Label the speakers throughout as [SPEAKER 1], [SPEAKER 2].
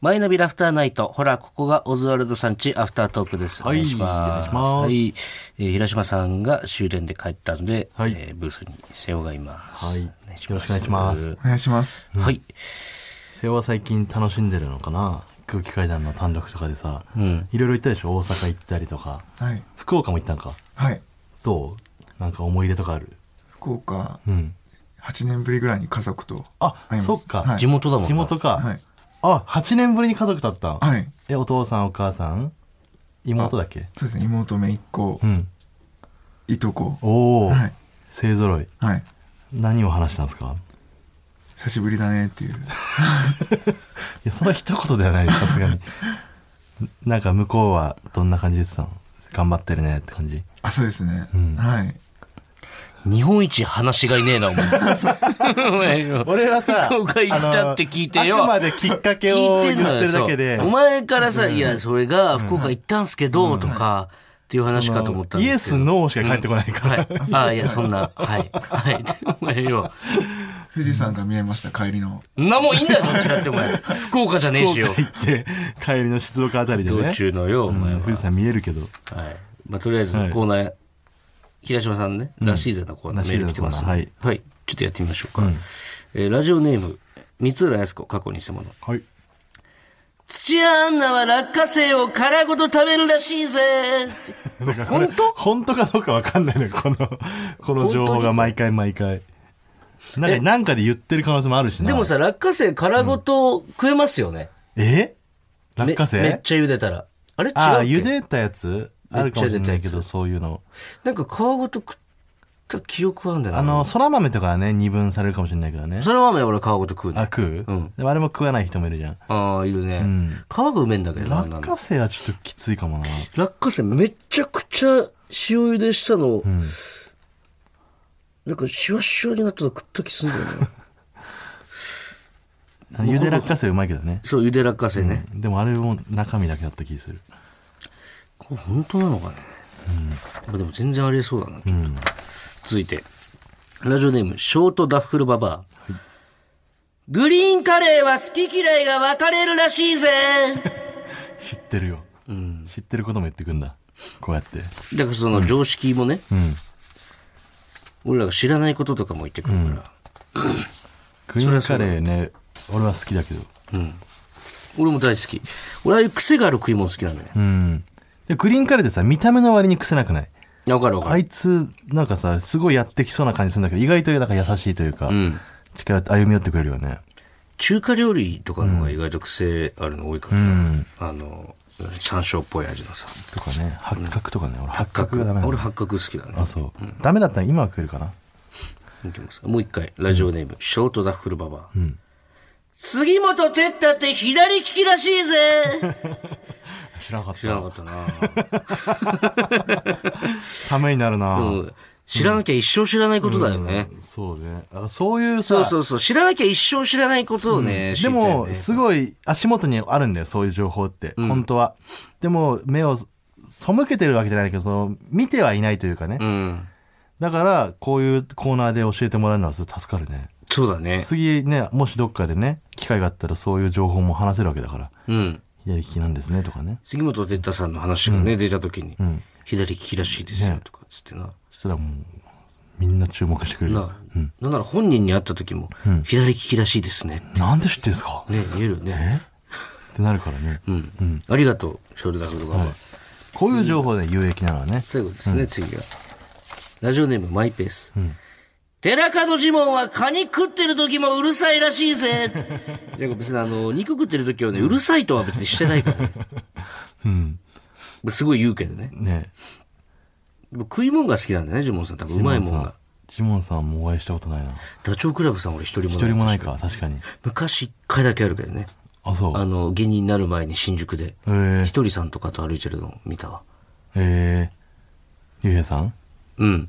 [SPEAKER 1] マイナビラフターナイト。ほら、ここがオズワルドさんちアフタートークです。
[SPEAKER 2] はいお
[SPEAKER 1] は
[SPEAKER 2] 願
[SPEAKER 1] い
[SPEAKER 2] い。
[SPEAKER 1] えー平島さんが終電で帰ったので、
[SPEAKER 2] はい
[SPEAKER 1] えーブースに瀬尾がいます。
[SPEAKER 2] はい
[SPEAKER 1] お願
[SPEAKER 2] よろしくお願いします。
[SPEAKER 3] お願いします。
[SPEAKER 1] はい。
[SPEAKER 2] 瀬尾は最近楽しんでるのかな空気階段の単独とかでさ、
[SPEAKER 1] うん。
[SPEAKER 2] いろいろ行ったでしょ大阪行ったりとか。
[SPEAKER 3] はい。
[SPEAKER 2] 福岡も行ったんか。
[SPEAKER 3] はい。
[SPEAKER 2] どうなんか思い出とかある
[SPEAKER 3] 福岡、
[SPEAKER 2] うん。
[SPEAKER 3] 8年ぶりぐらいに家族と。
[SPEAKER 2] あ
[SPEAKER 3] 会いま、した
[SPEAKER 2] そっか。
[SPEAKER 3] はい
[SPEAKER 1] 地元だもんな
[SPEAKER 2] 地元か。
[SPEAKER 3] はい。
[SPEAKER 2] あ、8年ぶりに家族だったん。
[SPEAKER 3] はい。
[SPEAKER 2] え、お父さん、お母さん妹だっけ
[SPEAKER 3] そうですね。妹姪っ子
[SPEAKER 2] う、ん。
[SPEAKER 3] いとこ。
[SPEAKER 2] おお、
[SPEAKER 3] はい。
[SPEAKER 2] 勢ぞろい。
[SPEAKER 3] はい。
[SPEAKER 2] 何を話したんですか
[SPEAKER 3] 久しぶりだねっていう。
[SPEAKER 2] いや、それは一言ではない、さすが に。なんか向こうはどんな感じで言ってたの頑張ってるねって感じ。
[SPEAKER 3] あ、そうですね
[SPEAKER 2] うん。
[SPEAKER 3] はい。
[SPEAKER 1] 日本一話しがいねえな、お 前。お前
[SPEAKER 2] 俺は さ、
[SPEAKER 1] 今回行ったって聞いてよ
[SPEAKER 2] あのあくまできっかけを
[SPEAKER 1] 聞
[SPEAKER 2] 言
[SPEAKER 1] いてんの
[SPEAKER 2] っ
[SPEAKER 1] よ
[SPEAKER 2] てるだけで
[SPEAKER 1] そうお。前からさ、いや、それが福岡行ったんすけど、とか、っていう話かと思ったん
[SPEAKER 2] イ
[SPEAKER 1] で
[SPEAKER 2] エ
[SPEAKER 1] すけど。
[SPEAKER 2] ス、ノーしか返ってこないから。
[SPEAKER 1] はい。ああ、いや、そんな、はい。はい。ってお前よ。
[SPEAKER 3] 富士山が見えました、帰りの。
[SPEAKER 1] んなもんいいんだよ、どっちだってお 前。福岡じゃねえしよ
[SPEAKER 2] 福。岡行って、帰りの静岡あたりでね。
[SPEAKER 1] 道中のよ、お
[SPEAKER 2] うん
[SPEAKER 1] 前は。は
[SPEAKER 2] 富士
[SPEAKER 1] い。
[SPEAKER 2] 山見えるけど。
[SPEAKER 1] まあ、とりあえず、コ
[SPEAKER 2] はい
[SPEAKER 1] ーナー、平島さんね、らしいぜのコーナーメール来てますんで。
[SPEAKER 2] らしいぜの
[SPEAKER 1] はい。ちょっとやってみましょう
[SPEAKER 2] う
[SPEAKER 1] か
[SPEAKER 2] ん。
[SPEAKER 1] えーラジオネーム、三浦康子、過去偽物。
[SPEAKER 2] はい。
[SPEAKER 1] 土屋アンナは落花生を殻ごと食べるらしい ぜ。本当
[SPEAKER 2] 本当かどうかわかんないのよこの、この情報が毎回毎回。なん
[SPEAKER 1] え
[SPEAKER 2] か、なんかで言ってる可能性もあるしな。
[SPEAKER 1] でも、さ、落花生殻ごと食えますよね。
[SPEAKER 2] え
[SPEAKER 1] め
[SPEAKER 2] 落花
[SPEAKER 1] めっ
[SPEAKER 2] 生
[SPEAKER 1] ちゃ茹でたら。あれ違うっけ
[SPEAKER 2] ああ、茹でたやつあるかもしれ
[SPEAKER 1] めっちゃ茹
[SPEAKER 2] ないけ
[SPEAKER 1] でたや
[SPEAKER 2] ど、
[SPEAKER 1] つ
[SPEAKER 2] そういうの。
[SPEAKER 1] なんか皮ごと食った記憶あんだよな。
[SPEAKER 2] あの、そら豆とかはね、二分されるかもしれないけどね。
[SPEAKER 1] そのまま俺皮ごと食う
[SPEAKER 2] あ、
[SPEAKER 1] ね。
[SPEAKER 2] 食う、
[SPEAKER 1] うん
[SPEAKER 2] でもあれも食わない人もいるじゃん。
[SPEAKER 1] ああ、いるね。
[SPEAKER 2] うん
[SPEAKER 1] 皮がうめえんだけどな。
[SPEAKER 2] 落花生はちょっときついかも な。
[SPEAKER 1] 落花生めちゃくちゃ塩茹でしたの、
[SPEAKER 2] うん。
[SPEAKER 1] なんかシュワシュワになったの食った気すんだよ な。
[SPEAKER 2] 茹で落花生うまいけどね。
[SPEAKER 1] そう、茹で落花生ね。
[SPEAKER 2] でもあれも中身だけだった気する。
[SPEAKER 1] これ本当なのかね、まあでも全然ありえそうだなちょっと、続いてラジオネームショートダッフルババア、グリーンカレーは好き嫌いが分かれるらしいぜ
[SPEAKER 2] 知ってるよ。知ってることも言ってくんだ。こうやって。
[SPEAKER 1] だからその常識もね、
[SPEAKER 2] うん。
[SPEAKER 1] 俺らが知らないこととかも言ってくるから、
[SPEAKER 2] グリーンカレーね、俺は好きだけど。
[SPEAKER 1] 俺も大好き俺ああいう癖がある食い物好きなのよ、
[SPEAKER 2] うん。で、グリーンカレーってさ、見た目の割に癖なくない
[SPEAKER 1] 分かる分か
[SPEAKER 2] あ
[SPEAKER 1] る
[SPEAKER 2] いつ、なんかさ、すごいやってきそうな感じするんだけど、意外となんか優しいというか、
[SPEAKER 1] ん
[SPEAKER 2] 力、歩み寄ってくれるよね。
[SPEAKER 1] 中華料理とかの方が意外と癖あるの多いから、
[SPEAKER 2] うん。
[SPEAKER 1] あの山椒っぽい味のさ
[SPEAKER 2] とかね、八角とかね、俺八
[SPEAKER 1] 八
[SPEAKER 2] 角がダメな
[SPEAKER 1] 俺
[SPEAKER 2] の。
[SPEAKER 1] 八角好きだね
[SPEAKER 2] あ、そう。ダメだったら今は食えるかな。
[SPEAKER 1] いきますもう一回、ラジオネーム、ショートダッフルババア。
[SPEAKER 2] ん
[SPEAKER 1] 杉本哲太って左利きらしい ぜ
[SPEAKER 2] 知らなかっ
[SPEAKER 1] 知らなかったな、
[SPEAKER 2] ためになるな、
[SPEAKER 1] うん知らなきゃ一生知らないことだよね。
[SPEAKER 2] そうね。あそういうさ、
[SPEAKER 1] そうそうそう。知らなきゃ一生知らないことをね、知り
[SPEAKER 2] で
[SPEAKER 1] たいよね
[SPEAKER 2] も、すごい足元にあるんだよ、そういう情報って。本当は。でも、目を背けてるわけじゃないけど、その、見てはいないというかね。
[SPEAKER 1] うん。
[SPEAKER 2] だから、こういうコーナーで教えてもらうのはすごい助かるね。
[SPEAKER 1] そうだね。
[SPEAKER 2] 次ね、もしどっかでね、機会があったらそういう情報も話せるわけだから。
[SPEAKER 1] うん。
[SPEAKER 2] 左利きなんですね、とかね。
[SPEAKER 1] 杉本哲太さんの話がね、出た時に、
[SPEAKER 2] ん
[SPEAKER 1] 左利きらしいですよ
[SPEAKER 2] ね、
[SPEAKER 1] とか、つってな。
[SPEAKER 2] そしたらもう、みんな注目してくれる。
[SPEAKER 1] な、なんなら本人に会った時も、左利きらしいですね。
[SPEAKER 2] なんで知ってんすか
[SPEAKER 1] ね、言えるね。
[SPEAKER 2] ってなるからね。
[SPEAKER 1] うん。ありがとう、ショートダッフルババア。
[SPEAKER 2] こういう情報で有益なのはね。
[SPEAKER 1] 最後ですね、次が。ラジオネームマイペース。寺門ジモンはカニ食ってる時もうるさいらしいぜ。いや別にあの、肉食ってる時はね、うるさいとは別にしてないからね。
[SPEAKER 2] うん。
[SPEAKER 1] すごい言うけどね。
[SPEAKER 2] ね
[SPEAKER 1] でも食い物が好きなんだよね、ジモンさん。多分うまいもんが。
[SPEAKER 2] ジモンさんジモンさんもお会いしたことないな。
[SPEAKER 1] ダチョウ倶楽部さん俺一人も
[SPEAKER 2] 一人もないか、確かに。
[SPEAKER 1] 昔一回だけあるけどね。
[SPEAKER 2] あ、そう。
[SPEAKER 1] あの、芸人になる前に新宿で、
[SPEAKER 2] えー
[SPEAKER 1] ひ、とりさんとかと歩いてるのを見たわ。
[SPEAKER 2] えー、ゆうへいさん
[SPEAKER 1] うん。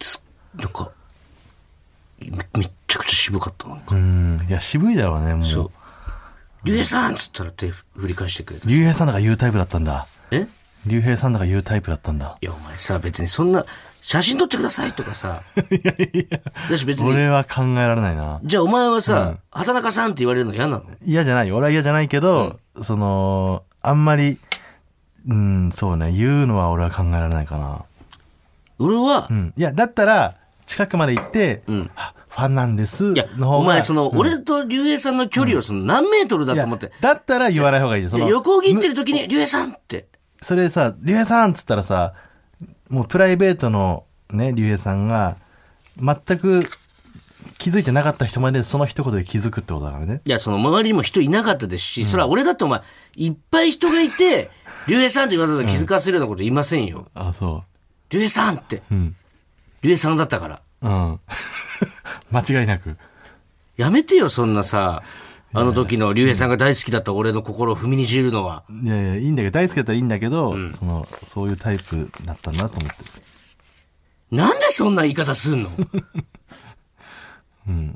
[SPEAKER 1] すなんか、めめっちゃくちゃ渋かったの。
[SPEAKER 2] うん。いや、渋いだろうね、も
[SPEAKER 1] そう
[SPEAKER 2] う。。
[SPEAKER 1] 竜兵さんっつったら手振り返してくれた。
[SPEAKER 2] りゅうへいさんだから言うタイプだったんだ。
[SPEAKER 1] え
[SPEAKER 2] りゅうへいさんだから言うタイプだったんだ。
[SPEAKER 1] いや、お前さ、別にそんな、写真撮ってくださいとか さ。いやいやだし別に、
[SPEAKER 2] 俺は考えられないな。
[SPEAKER 1] じゃあお前はさ、畑中さんって言われるの嫌なの
[SPEAKER 2] 嫌じゃないよ。俺は嫌じゃないけど、その、あんまり、うん、そうね、言うのは俺は考えられないかな。
[SPEAKER 1] 俺は
[SPEAKER 2] う、ん。いや、だったら、近くまで行って、
[SPEAKER 1] うん
[SPEAKER 2] あファンなんです。
[SPEAKER 1] いや、
[SPEAKER 2] の方が
[SPEAKER 1] お前、その、俺と竜兵さんの距離をその何メートルだ
[SPEAKER 2] い
[SPEAKER 1] と
[SPEAKER 2] や
[SPEAKER 1] 思って、
[SPEAKER 2] だったら言わない方がいいよ。そ
[SPEAKER 1] で
[SPEAKER 2] の
[SPEAKER 1] 横切ってる時に、竜兵さんって。
[SPEAKER 2] それさ、竜兵さんっつったらさ、もうプライベートのね、竜兵さんが、全く気づいてなかった人までその一言で気づくってことだからね。
[SPEAKER 1] いや、その周りにも人いなかったですし、それは俺だってお前、いっぱい人がいて、竜兵さんってわざわざ気づかせるようなこと言いませんよ。
[SPEAKER 2] あ、そ
[SPEAKER 1] 竜兵さんって、
[SPEAKER 2] う。うん。
[SPEAKER 1] 竜兵さんだったから。
[SPEAKER 2] うん。間違いなく。
[SPEAKER 1] やめてよ、そんなさ、あの時の竜兵さんが大好きだった俺の心を踏みにじるのは。
[SPEAKER 2] いやいや、いいんだけど、大好きだったらいいんだけど、その、そういうタイプだったんだと思って。
[SPEAKER 1] なんでそんな言い方すんの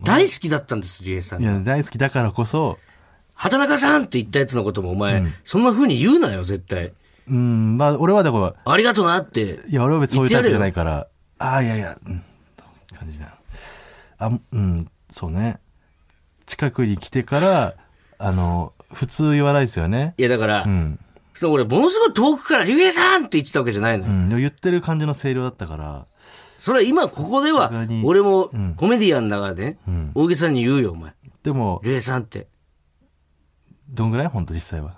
[SPEAKER 1] 大好きだったんです、竜兵さん
[SPEAKER 2] い
[SPEAKER 1] が。
[SPEAKER 2] や、大好きだからこそ、
[SPEAKER 1] 畑中さんって言ったやつのこともお前、そんな風に言うなよ、絶対。
[SPEAKER 2] うん、まあ、俺はだから、
[SPEAKER 1] ありがとなって。
[SPEAKER 2] いや、俺は別にそういうタイプじゃないから、ああ、いやいや、うん、感じだな。あ、うん、そうね。近くに来てから、あの、普通言わないですよね。
[SPEAKER 1] いや、だから、
[SPEAKER 2] うん。
[SPEAKER 1] その俺、ものすごい遠くから、竜兵さんって言ってたわけじゃないのよ。
[SPEAKER 2] うん、でも言ってる感じの声量だったから、
[SPEAKER 1] それは今、ここでは
[SPEAKER 2] さすがに、
[SPEAKER 1] 俺も、コメディアンの中でね、大げさに言うよ、お前。
[SPEAKER 2] でも、
[SPEAKER 1] 竜兵さんって、
[SPEAKER 2] どんぐらい本当実際は。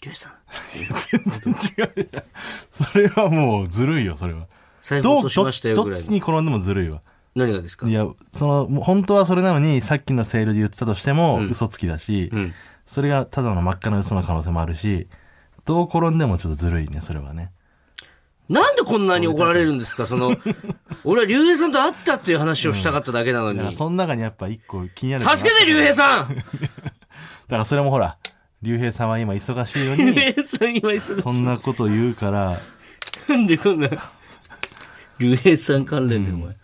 [SPEAKER 1] 竜兵さん。
[SPEAKER 2] 全然違うじゃん。 それはもうずるいよ、それは。
[SPEAKER 1] 財布
[SPEAKER 2] ど
[SPEAKER 1] 落
[SPEAKER 2] う
[SPEAKER 1] としましたよ、
[SPEAKER 2] ど
[SPEAKER 1] ぐ
[SPEAKER 2] ど
[SPEAKER 1] ら
[SPEAKER 2] っ
[SPEAKER 1] い
[SPEAKER 2] ち
[SPEAKER 1] の。
[SPEAKER 2] に転んでもずるいわ。
[SPEAKER 1] 何がですか
[SPEAKER 2] いや、その、もう本当はそれなのに、さっきのセールで言ってたとしても、嘘つきだし、
[SPEAKER 1] ん
[SPEAKER 2] それがただの真っ赤な嘘の可能性もあるし、どう転んでもちょっとずるいね、それはね。
[SPEAKER 1] なんでこんなに怒られるんですかその、俺は竜兵さんと会ったっていう話をしたかっただけなの
[SPEAKER 2] だ
[SPEAKER 1] に
[SPEAKER 2] から、。その中にやっぱ一個気になる。
[SPEAKER 1] 助けて、竜兵さん
[SPEAKER 2] だからそれもほら、竜兵さんは今忙しいの
[SPEAKER 1] 竜
[SPEAKER 2] に、
[SPEAKER 1] 兵さん今忙しい
[SPEAKER 2] そんなこと言うから、
[SPEAKER 1] なんでこんな、竜兵さん関連でお前。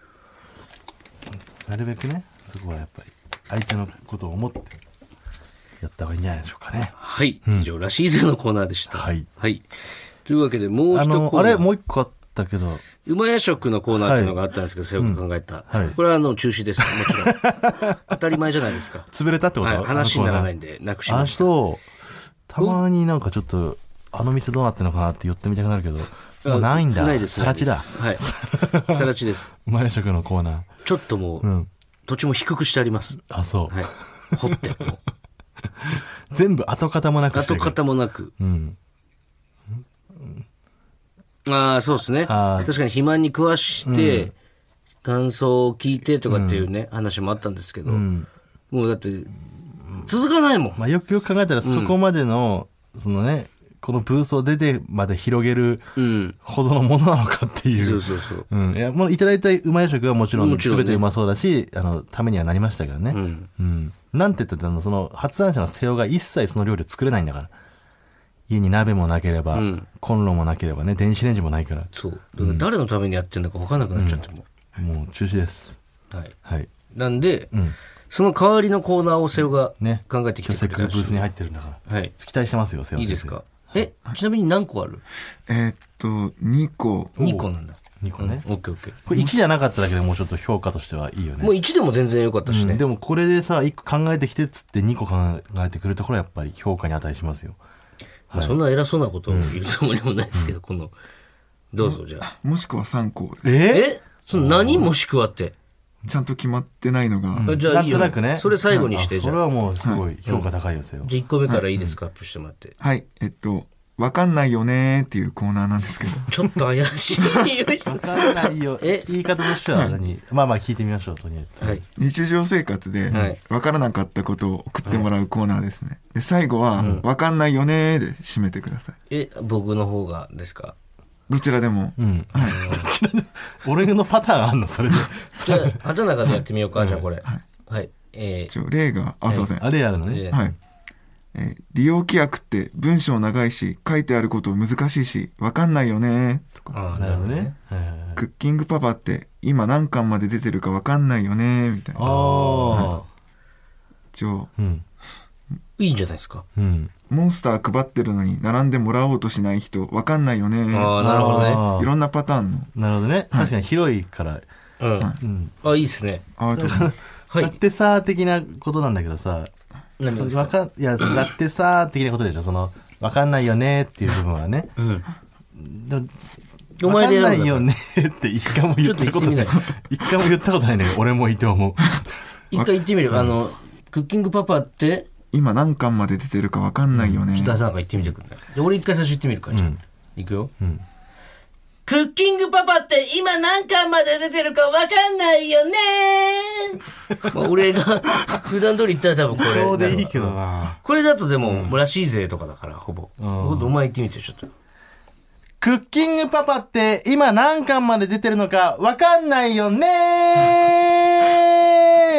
[SPEAKER 2] なるべくね、そこはやっぱり、相手のことを思って、やった方がいいんじゃないでしょうかね。
[SPEAKER 1] はい。以上、らしいぜのコーナーでした。
[SPEAKER 2] はい
[SPEAKER 1] というわけで、もう
[SPEAKER 2] あ
[SPEAKER 1] 一
[SPEAKER 2] の、
[SPEAKER 1] コ
[SPEAKER 2] あ
[SPEAKER 1] ーナ
[SPEAKER 2] れ、
[SPEAKER 1] ー。
[SPEAKER 2] もう一個あったけど、
[SPEAKER 1] うまや食のコーナーっていうのがあったんですけど、背負く考えた。
[SPEAKER 2] はい
[SPEAKER 1] これは、あの、中止です。もちろん。当たり前じゃないですか。
[SPEAKER 2] 潰れたってこと、
[SPEAKER 1] はい。話になら
[SPEAKER 2] あのコ
[SPEAKER 1] な
[SPEAKER 2] ーナー
[SPEAKER 1] いんで、なくし
[SPEAKER 2] あ
[SPEAKER 1] ました。
[SPEAKER 2] そうたまになんかちょっとあの店どうなってんのかなって寄ってみたくなるけどもうないんだ
[SPEAKER 1] ないです。
[SPEAKER 2] さらちだ
[SPEAKER 1] ないですはい。さらちです。
[SPEAKER 2] うまい食のコーナ
[SPEAKER 1] ちょっとも
[SPEAKER 2] ーう
[SPEAKER 1] う、
[SPEAKER 2] ん
[SPEAKER 1] 土地も低くしてあります。
[SPEAKER 2] あそう、
[SPEAKER 1] はい。掘 って。も
[SPEAKER 2] 全部跡形もな
[SPEAKER 1] う
[SPEAKER 2] くし
[SPEAKER 1] 跡
[SPEAKER 2] てる
[SPEAKER 1] 形もなく。
[SPEAKER 2] うん
[SPEAKER 1] ああ、そうですね。
[SPEAKER 2] あー
[SPEAKER 1] 確かに肥満に食わして、感想を聞いてとかっていうね、話もあったんですけど、
[SPEAKER 2] ん
[SPEAKER 1] もうだって、続かないもん。
[SPEAKER 2] まあよくよく考えたらそこまでの、そのねこのブースを出てまで広げる
[SPEAKER 1] うん。
[SPEAKER 2] ほどのものなのかっていう
[SPEAKER 1] そうそうそう。
[SPEAKER 2] うん。いや、もういただいたうまい食はもちろん
[SPEAKER 1] もちろんね
[SPEAKER 2] 全てうまそうだし、あの、ためにはなりましたけどね。うん。なんて言ったって、あの、その、発案者の瀬尾が一切その料理を作れないんだから。家に鍋もなければ、
[SPEAKER 1] ん
[SPEAKER 2] コンロもなければね、電子レンジもないから、
[SPEAKER 1] そう。だから誰のためにやってるのか分かんなくなっちゃっても。
[SPEAKER 2] もう中止です。
[SPEAKER 1] はい。
[SPEAKER 2] はい。
[SPEAKER 1] なんで、
[SPEAKER 2] ん
[SPEAKER 1] その代わりのコーナーを瀬尾が
[SPEAKER 2] ね。
[SPEAKER 1] 考えてきて
[SPEAKER 2] 今日せ
[SPEAKER 1] く
[SPEAKER 2] っ
[SPEAKER 1] れた
[SPEAKER 2] か
[SPEAKER 1] ら
[SPEAKER 2] く
[SPEAKER 1] し
[SPEAKER 2] ブ
[SPEAKER 1] い
[SPEAKER 2] ースに入ってるんだから。
[SPEAKER 1] はい。
[SPEAKER 2] 期待してますよ、瀬尾
[SPEAKER 1] い
[SPEAKER 2] 先生。
[SPEAKER 1] いですかえ、ちなみに何個ある
[SPEAKER 3] えーっと、2個。
[SPEAKER 1] ?2 個なんだ。
[SPEAKER 2] 二個ね
[SPEAKER 1] うんオッケーオッケー。
[SPEAKER 2] これ1じゃなかっただけでもうちょっと評価としてはいいよね。
[SPEAKER 1] もう1でも全然良かったし
[SPEAKER 2] う
[SPEAKER 1] ね
[SPEAKER 2] ん。でもこれでさ、1個考えてきてっつって2個考えてくるところはやっぱり評価に値しますよ。
[SPEAKER 1] まあそんな偉そうなことを言うつもりもないですけど、この、どうぞじゃあ。
[SPEAKER 3] もしくは3個。
[SPEAKER 2] え
[SPEAKER 1] えその何もしくはって。
[SPEAKER 3] ちゃんと決まってないのが。
[SPEAKER 1] あじゃ
[SPEAKER 2] な
[SPEAKER 1] あい
[SPEAKER 2] ん
[SPEAKER 1] い
[SPEAKER 2] と
[SPEAKER 1] よ。
[SPEAKER 2] なくね。
[SPEAKER 1] それ最後にして、
[SPEAKER 2] あ
[SPEAKER 1] じ
[SPEAKER 2] それ
[SPEAKER 1] ゃあ。
[SPEAKER 2] はもうすごい評価高いですよ。
[SPEAKER 1] じゃあ1個目からいいですか、アップしてもらって。
[SPEAKER 3] はい、えっと、わかんないよねーっていうコーナーなんですけど。
[SPEAKER 1] ちょっと怪しい匂 いした
[SPEAKER 2] わかんないよ。
[SPEAKER 1] え
[SPEAKER 2] 言い方としては何まあまあ聞いてみましょう、とりあえず。
[SPEAKER 1] はい。
[SPEAKER 3] 日常生活で
[SPEAKER 1] はい
[SPEAKER 3] わからなかったことを送ってもらうコーナーですね。で、最後は、わかんないよねーで締めてください。
[SPEAKER 1] え、僕の方がですか
[SPEAKER 3] どちらでも。
[SPEAKER 2] うん。どちらで俺のパターンあんのそれで。
[SPEAKER 1] じゃあ、畑中でやってみようか、じゃあこれ。はい。え
[SPEAKER 3] ちょ、例が、あ、すいません。
[SPEAKER 2] あれやるの
[SPEAKER 1] ー、
[SPEAKER 2] ね。
[SPEAKER 1] じゃあ
[SPEAKER 3] はい。えー利用規約って文章長いし、書いてあること難しいし、わかんないよねーとか。
[SPEAKER 1] ああ、な
[SPEAKER 2] なる
[SPEAKER 1] る
[SPEAKER 2] ほ
[SPEAKER 1] ほ
[SPEAKER 2] ど
[SPEAKER 1] ど
[SPEAKER 2] ね
[SPEAKER 1] ね。。
[SPEAKER 2] はいはいはい
[SPEAKER 3] クッキングパパって今何巻まで出てるかわかんないよねーみたいな。
[SPEAKER 2] ああ。
[SPEAKER 3] 一応、
[SPEAKER 2] うん。
[SPEAKER 1] いいんじゃないですか。
[SPEAKER 2] うん。
[SPEAKER 3] モンスター配ってるのに並んでもらおうとしない人わかんないよね
[SPEAKER 1] あ
[SPEAKER 3] ー
[SPEAKER 1] あ、なるほどね。
[SPEAKER 2] あー
[SPEAKER 3] いろんなパターンの。
[SPEAKER 2] なるほどね。確かに広いから。
[SPEAKER 1] うん。
[SPEAKER 2] うん。
[SPEAKER 1] あ、いいですね。
[SPEAKER 3] あーちょっと
[SPEAKER 1] は
[SPEAKER 2] だっ
[SPEAKER 1] い。
[SPEAKER 2] てさ、的なことなんだけどさ、
[SPEAKER 1] 何がですか
[SPEAKER 2] わかんいやだってさー的なことでしょそのわかんないよねーっていう部分はね、
[SPEAKER 1] ん
[SPEAKER 2] でも
[SPEAKER 1] お
[SPEAKER 2] わか
[SPEAKER 1] 前で
[SPEAKER 2] ん
[SPEAKER 1] や
[SPEAKER 2] な
[SPEAKER 1] るん
[SPEAKER 2] い
[SPEAKER 1] だ
[SPEAKER 2] よねーって一回も言ったことない
[SPEAKER 1] ちょっと言っ
[SPEAKER 2] 一回も言ったことないね俺も伊藤も
[SPEAKER 1] 一回言ってみるあの、クッキングパパって、
[SPEAKER 3] 今何巻まで出てるかわかんないよね。
[SPEAKER 1] ちょっと朝なんか言ってみてくんないで俺一回最初言ってみるから、じゃあいくよ、
[SPEAKER 2] ん
[SPEAKER 1] クッキングパパって今何巻まで出てるかわかんないよねーまあ俺が 普段通り言ったら多分これ。
[SPEAKER 2] そうでいいけどな
[SPEAKER 1] これだとでも、らしいぜとかだから、ほぼ。ほんとお前言ってみてよ、ちょっと。
[SPEAKER 2] クッキングパパって今何巻まで出てるのかわかんないよ ねー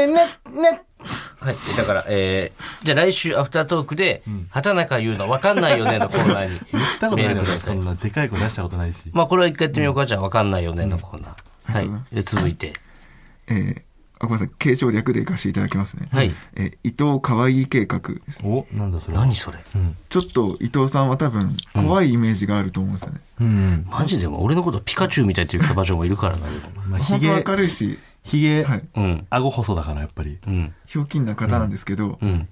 [SPEAKER 2] ねね
[SPEAKER 1] はい。だから、えー、じゃあ来週アフタートークで、畑中優のわかんないよねのコーナーに
[SPEAKER 2] 言ったこと
[SPEAKER 1] メ
[SPEAKER 2] な
[SPEAKER 1] ール
[SPEAKER 2] いの
[SPEAKER 1] くだ
[SPEAKER 2] か
[SPEAKER 1] さ
[SPEAKER 2] そ
[SPEAKER 1] い。
[SPEAKER 2] んなでかい声出したことないし
[SPEAKER 1] まあこれは一回やってみようか、じゃあわかんないよねのコーナー。はい。で、続いて。
[SPEAKER 3] えーあ、ごめんなさい。継承略でいかせていただきますね。
[SPEAKER 1] はい。
[SPEAKER 3] えー伊藤かわいい計画。
[SPEAKER 2] おなんだそれ
[SPEAKER 1] 何それ
[SPEAKER 3] ちょっと伊藤さんは多分、怖いイメージがあると思うんですよね。
[SPEAKER 2] うん
[SPEAKER 1] マジでも俺のことピカチュウみたいっていうキャバ嬢もいるからな、でも
[SPEAKER 2] まあひ
[SPEAKER 3] 本当は
[SPEAKER 2] げ
[SPEAKER 3] 明るいし、
[SPEAKER 2] ひげ
[SPEAKER 3] はい。
[SPEAKER 1] うん。
[SPEAKER 2] 顎細だからやっぱり
[SPEAKER 1] うん。
[SPEAKER 3] ひょうきんな方なんですけど、
[SPEAKER 1] うん。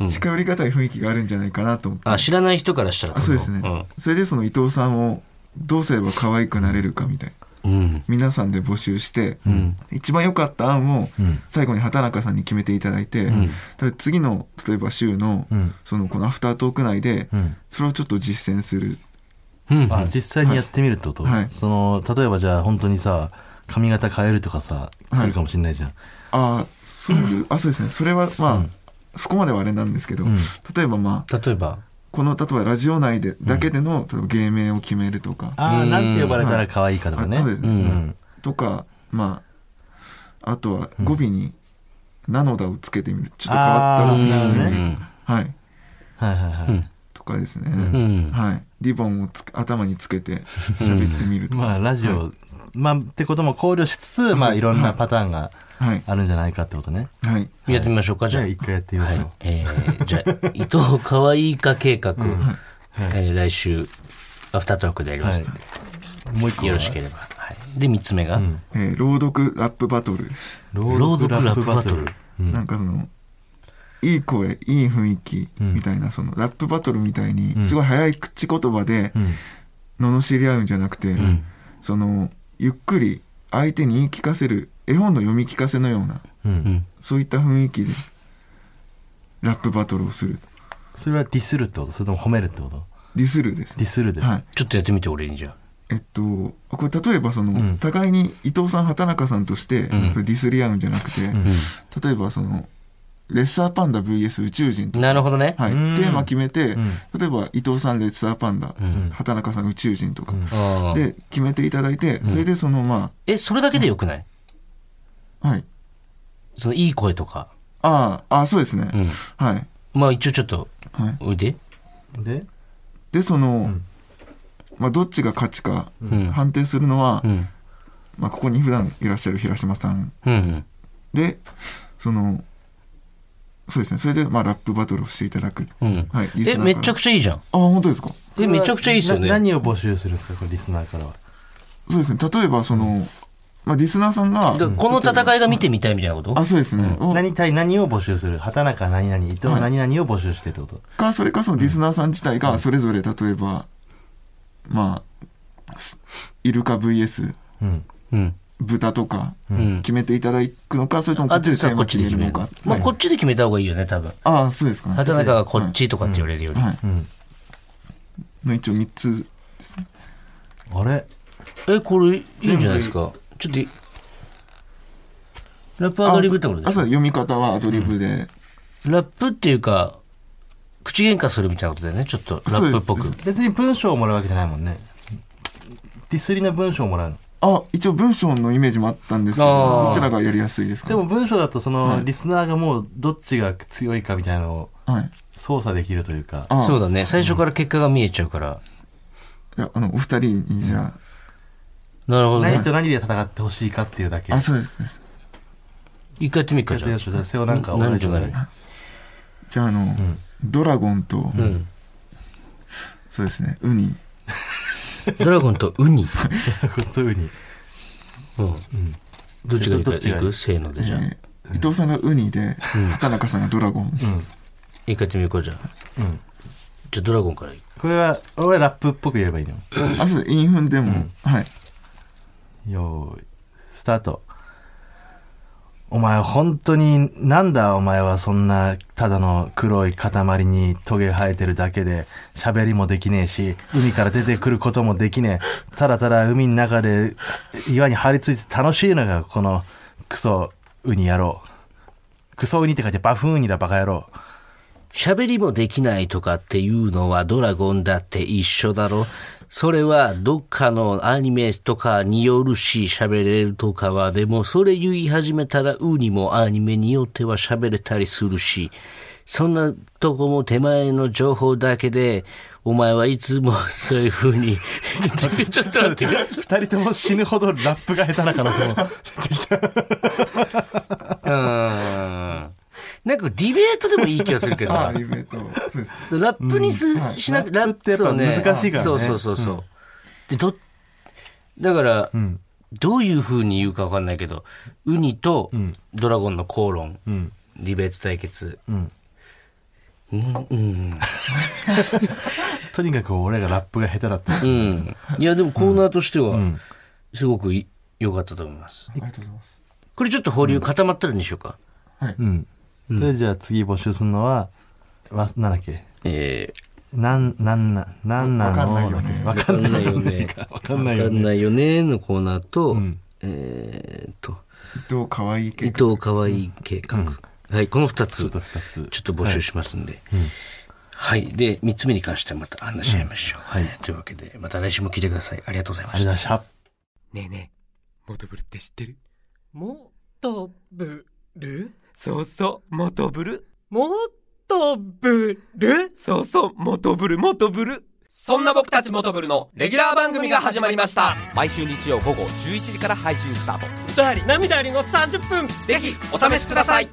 [SPEAKER 1] うん
[SPEAKER 3] 近寄りがたい雰囲気があるんじゃないかなと思って。
[SPEAKER 1] あ、知らない人からしたら
[SPEAKER 3] あ、そうですね、
[SPEAKER 1] うん
[SPEAKER 3] それでその伊藤さんを、どうすれば可愛くなれるかみたいな。
[SPEAKER 1] うん。
[SPEAKER 3] 皆さんで募集して、一番良かった案を
[SPEAKER 2] うん
[SPEAKER 3] 最後に畑中さんに決めていただいて、だから次の例えば週の,、
[SPEAKER 2] うん
[SPEAKER 3] そのこのアフタートーク内で、
[SPEAKER 2] うん
[SPEAKER 3] それをちょっと実践する
[SPEAKER 1] うん。
[SPEAKER 2] あ実際にやってみるってこと、
[SPEAKER 3] はい
[SPEAKER 2] その例えばじゃあ本当にさ髪型変えるとかさ
[SPEAKER 3] は
[SPEAKER 2] 来
[SPEAKER 3] い
[SPEAKER 2] るかもしれないじゃん、
[SPEAKER 3] ああそういうあそうですねそれはまあ、そこまではあれなんですけど、
[SPEAKER 2] うん
[SPEAKER 3] 例えばまあ
[SPEAKER 1] 例えば、
[SPEAKER 3] この例えばラジオ内でだけでの、例えば芸名を決めるとか
[SPEAKER 2] ああ
[SPEAKER 1] うん
[SPEAKER 2] なんて呼ばれたら可愛いかとかね、
[SPEAKER 3] あそうですね
[SPEAKER 2] うん
[SPEAKER 3] とかまああとは語尾に「なのだ」をつけてみるちょっと変わ
[SPEAKER 2] あ
[SPEAKER 3] っ
[SPEAKER 2] ー
[SPEAKER 3] た
[SPEAKER 2] なるほどね
[SPEAKER 3] たはい
[SPEAKER 2] はいはいはい、
[SPEAKER 1] うん
[SPEAKER 3] とかですね、
[SPEAKER 1] うん。うん。
[SPEAKER 3] はい、リボンをつ頭につけて喋ってみるとか、
[SPEAKER 2] まあラジオ、まあってことも考慮しつつまあいろんなパターンが
[SPEAKER 3] はい、
[SPEAKER 2] あるんじゃないかってことね
[SPEAKER 3] はい、
[SPEAKER 1] やってみましょうか、じ
[SPEAKER 2] じ
[SPEAKER 1] ゃ
[SPEAKER 2] ゃ
[SPEAKER 1] あ
[SPEAKER 2] あ。一回やってみま
[SPEAKER 1] は
[SPEAKER 2] しょう、
[SPEAKER 1] い。えー、じゃあ、伊藤かわいいか計画、えー来週、アフタートークでやりますので、
[SPEAKER 2] もう一個は
[SPEAKER 1] よろしければ。はい、で、3つ目が、
[SPEAKER 2] ん
[SPEAKER 3] えー朗読ラップバトル、
[SPEAKER 1] 朗読ラップバトル
[SPEAKER 2] うん
[SPEAKER 3] なんかそのいい声いい雰囲気
[SPEAKER 2] うん
[SPEAKER 3] みたいな、そのラップバトルみたいに、
[SPEAKER 2] うん
[SPEAKER 3] すごい早い口言葉で
[SPEAKER 2] うん
[SPEAKER 3] 罵り合うんじゃなくて、
[SPEAKER 1] うん
[SPEAKER 3] そのゆっくり相手に言い聞かせる絵本の読み聞かせのような
[SPEAKER 2] うん
[SPEAKER 1] うん。
[SPEAKER 3] そういった雰囲気でラップバトルをする
[SPEAKER 2] それはディスるってことそれとも褒めるってこと
[SPEAKER 3] ディスるです
[SPEAKER 2] ディスるで、
[SPEAKER 3] はい
[SPEAKER 1] ちょっとやってみて、俺にじゃあ。
[SPEAKER 3] えっと、これ例えばその、
[SPEAKER 2] うん
[SPEAKER 3] 互いに伊藤さん畑中さんとして、
[SPEAKER 1] ん
[SPEAKER 3] それディスり合うんじゃなくて、
[SPEAKER 2] ん
[SPEAKER 3] 例えばそのレッサーパンダ VS 宇宙人と、
[SPEAKER 1] なるほどね。
[SPEAKER 3] はい、
[SPEAKER 2] うん
[SPEAKER 3] テーマ決めて、
[SPEAKER 2] うん
[SPEAKER 3] 例えば伊藤さんレッサーパンダ、
[SPEAKER 1] ん
[SPEAKER 3] 畑中さん宇宙人とか、
[SPEAKER 2] うん
[SPEAKER 1] あー
[SPEAKER 3] で決めていただいてそれでそのま
[SPEAKER 1] え、それだけでよくない
[SPEAKER 3] あ、はい
[SPEAKER 1] その、いい声とか。
[SPEAKER 3] ああああそうですね、
[SPEAKER 1] うん。
[SPEAKER 3] はい、
[SPEAKER 1] まあ、一応ちょっと、
[SPEAKER 3] はい、
[SPEAKER 1] おいで。
[SPEAKER 2] で
[SPEAKER 3] でその、
[SPEAKER 2] ん
[SPEAKER 3] まあ、どっちが勝ちか
[SPEAKER 1] うん。
[SPEAKER 3] 判定するのは、
[SPEAKER 1] うん。
[SPEAKER 3] まあ、ここに普段いらっしゃる平島さん
[SPEAKER 1] うん。
[SPEAKER 3] でそのそうですねそれでまあラップバトルをしていただく
[SPEAKER 1] うん。
[SPEAKER 3] はいリス
[SPEAKER 1] え、
[SPEAKER 3] ナーから
[SPEAKER 1] めちゃくちゃいいじゃん。
[SPEAKER 3] あ本当ですか
[SPEAKER 1] え、めちゃくちゃいいっすよ
[SPEAKER 2] な
[SPEAKER 1] ね。
[SPEAKER 2] 何を募集するんですかこれリスナーからは
[SPEAKER 3] そうですね例えばその、まあ、リスナーさんが
[SPEAKER 1] だからこの戦いが見てみたいみたいなこと
[SPEAKER 3] あそうですね、を
[SPEAKER 2] 何対何を募集する畑中何々伊藤何々を募集してってこと、
[SPEAKER 3] かそれかそのリスナーさん自体がそれぞれ例えば、まあすイルカ VS
[SPEAKER 2] うん
[SPEAKER 1] うん。
[SPEAKER 3] 豚とか
[SPEAKER 1] うん。
[SPEAKER 3] 決めていただくのか、それともこ
[SPEAKER 1] あ
[SPEAKER 3] っち
[SPEAKER 1] と
[SPEAKER 3] でテ
[SPEAKER 1] さ、
[SPEAKER 3] ー
[SPEAKER 1] こ
[SPEAKER 3] マ
[SPEAKER 1] っちで決
[SPEAKER 3] 決め
[SPEAKER 1] め
[SPEAKER 3] る
[SPEAKER 1] るか
[SPEAKER 3] のか。
[SPEAKER 1] まあ、
[SPEAKER 3] はい
[SPEAKER 1] こっちで決めた方がいいよね、多分。
[SPEAKER 3] ああそうですかね
[SPEAKER 1] 畑中がこっちとかって言われるより。
[SPEAKER 3] はい
[SPEAKER 2] うん
[SPEAKER 3] の一応3つ
[SPEAKER 2] あれ
[SPEAKER 1] え、これいいんじゃないですかちょっとい、ラップアドリブってことで
[SPEAKER 3] あ
[SPEAKER 1] す
[SPEAKER 3] そう
[SPEAKER 1] か
[SPEAKER 3] 読み方はアドリブで、
[SPEAKER 1] ラップっていうか、口喧嘩するみたいなことだよね、ちょっとラップっぽく。
[SPEAKER 2] 別に文章をもらうわけじゃないもんねディスりの文章をもらうの
[SPEAKER 3] あ一応文章のイメージもあったんですけど
[SPEAKER 1] あー
[SPEAKER 3] どちらがやりやすいですか
[SPEAKER 2] でも文章だとその
[SPEAKER 3] い
[SPEAKER 2] リスナーがもうどっちが強いかみたいなのを
[SPEAKER 3] はい
[SPEAKER 2] 操作できるというか
[SPEAKER 3] あ
[SPEAKER 1] そうだね、最初から結果が見えちゃうから。
[SPEAKER 3] いやあのお二人にじゃ
[SPEAKER 1] なるほど
[SPEAKER 2] 何
[SPEAKER 1] ね。
[SPEAKER 2] と何で戦ってほしいかっていうだけ
[SPEAKER 3] あ、あそうですそうです
[SPEAKER 1] 一回やってみるか、じゃ
[SPEAKER 2] やってみましょうじゃあ瀬尾なんかお願いします
[SPEAKER 1] 何と何
[SPEAKER 3] じゃああの、ドラゴンと、
[SPEAKER 1] あ。うん。
[SPEAKER 3] そうですねウニ
[SPEAKER 1] ドラゴンとウ ニ。
[SPEAKER 2] というふうに
[SPEAKER 1] うん。どっちがいいか
[SPEAKER 2] どっちがいい
[SPEAKER 1] いくせーのでじゃあ。
[SPEAKER 3] えー伊藤さんがウニで、畑中さんがドラゴン。
[SPEAKER 1] 一回やってみようかじゃあ、
[SPEAKER 2] ん
[SPEAKER 1] じゃあドラゴンからいい
[SPEAKER 2] これは俺はラップっぽく言えばいいの
[SPEAKER 3] あ、そう、インフンでも、はい。
[SPEAKER 2] よーいスタートお前本当になんだお前はそんなただの黒い塊にトゲ生えてるだけで喋りもできねえし海から出てくることもできねえただただ海の中で岩に張り付いて楽しいのがこのクソウニ野郎クソウニって書いてバフンウニだバカ野郎
[SPEAKER 1] 喋りもできないとかっていうのはドラゴンだって一緒だろそれはどっかのアニメとかによるし喋れるとかはでもそれ言い始めたらウにもアニメによっては喋れたりするしそんなとこも手前の情報だけでお前はいつもそういう風に ちょっと待ってちょっと待って
[SPEAKER 2] 二人とも死ぬほどラップが下手な可能性も
[SPEAKER 1] うーんなんかディベートでもいい気がするけ ど
[SPEAKER 3] あ
[SPEAKER 1] な
[SPEAKER 3] あ、イベント。そうです。
[SPEAKER 1] そうラップにす、しなく、ラップ
[SPEAKER 2] てやっぱ
[SPEAKER 1] そう
[SPEAKER 2] 難しいからね
[SPEAKER 1] そうそうそうそう、で、ど、だから、どういう風に言うかわかんないけど、ウニとドラゴンの口論、
[SPEAKER 2] ん
[SPEAKER 1] ディベート対決。
[SPEAKER 2] ん
[SPEAKER 1] うん、うん、
[SPEAKER 2] とにかく俺がラップが下手だった
[SPEAKER 1] うん。いや、でもコーナーとしては、すごくい良かったと思います
[SPEAKER 3] あ。りがとうございます。
[SPEAKER 1] これちょっと保留固まったらにしようか。
[SPEAKER 2] うん。で、じゃあ次募集するのは、わ、なんだっけ。
[SPEAKER 1] え
[SPEAKER 2] なん、なんな、なんなの
[SPEAKER 3] わかんないよ
[SPEAKER 2] わ
[SPEAKER 3] ね
[SPEAKER 1] ー、わ
[SPEAKER 2] か
[SPEAKER 1] か
[SPEAKER 2] ん
[SPEAKER 1] ん
[SPEAKER 2] な
[SPEAKER 1] ないい
[SPEAKER 2] よ
[SPEAKER 1] よ
[SPEAKER 2] ね
[SPEAKER 1] ね。。
[SPEAKER 2] わかんな
[SPEAKER 1] わ
[SPEAKER 2] い
[SPEAKER 1] か
[SPEAKER 2] よ
[SPEAKER 1] ん
[SPEAKER 2] ね。
[SPEAKER 1] ないよねのコーナーと、
[SPEAKER 2] ん
[SPEAKER 1] えーっと、
[SPEAKER 3] 伊藤可愛い
[SPEAKER 1] 伊
[SPEAKER 3] 系。
[SPEAKER 1] 藤かわいい計画、はいこの2つちょ
[SPEAKER 2] ちょっと二つ。
[SPEAKER 1] っと募集しますんで、はいで3つ目に関してはまた話し合いましょう、はい、というわけでまた来週も聞いてくださいありがとうございま
[SPEAKER 2] あ
[SPEAKER 1] し
[SPEAKER 2] れ
[SPEAKER 1] た
[SPEAKER 2] だ、シャープ
[SPEAKER 4] ねえねえ、モトブルって知ってる
[SPEAKER 5] もとぶる
[SPEAKER 4] そうそう、モトブル。
[SPEAKER 5] もとぶる
[SPEAKER 4] そうそう、モトブル、モトブル。そんな僕たちモトブルのレギュラー番組が始まりました。毎週日曜午後11時から配信スタート。
[SPEAKER 5] 歌あり涙ありの30分
[SPEAKER 4] ぜひ、お試しください。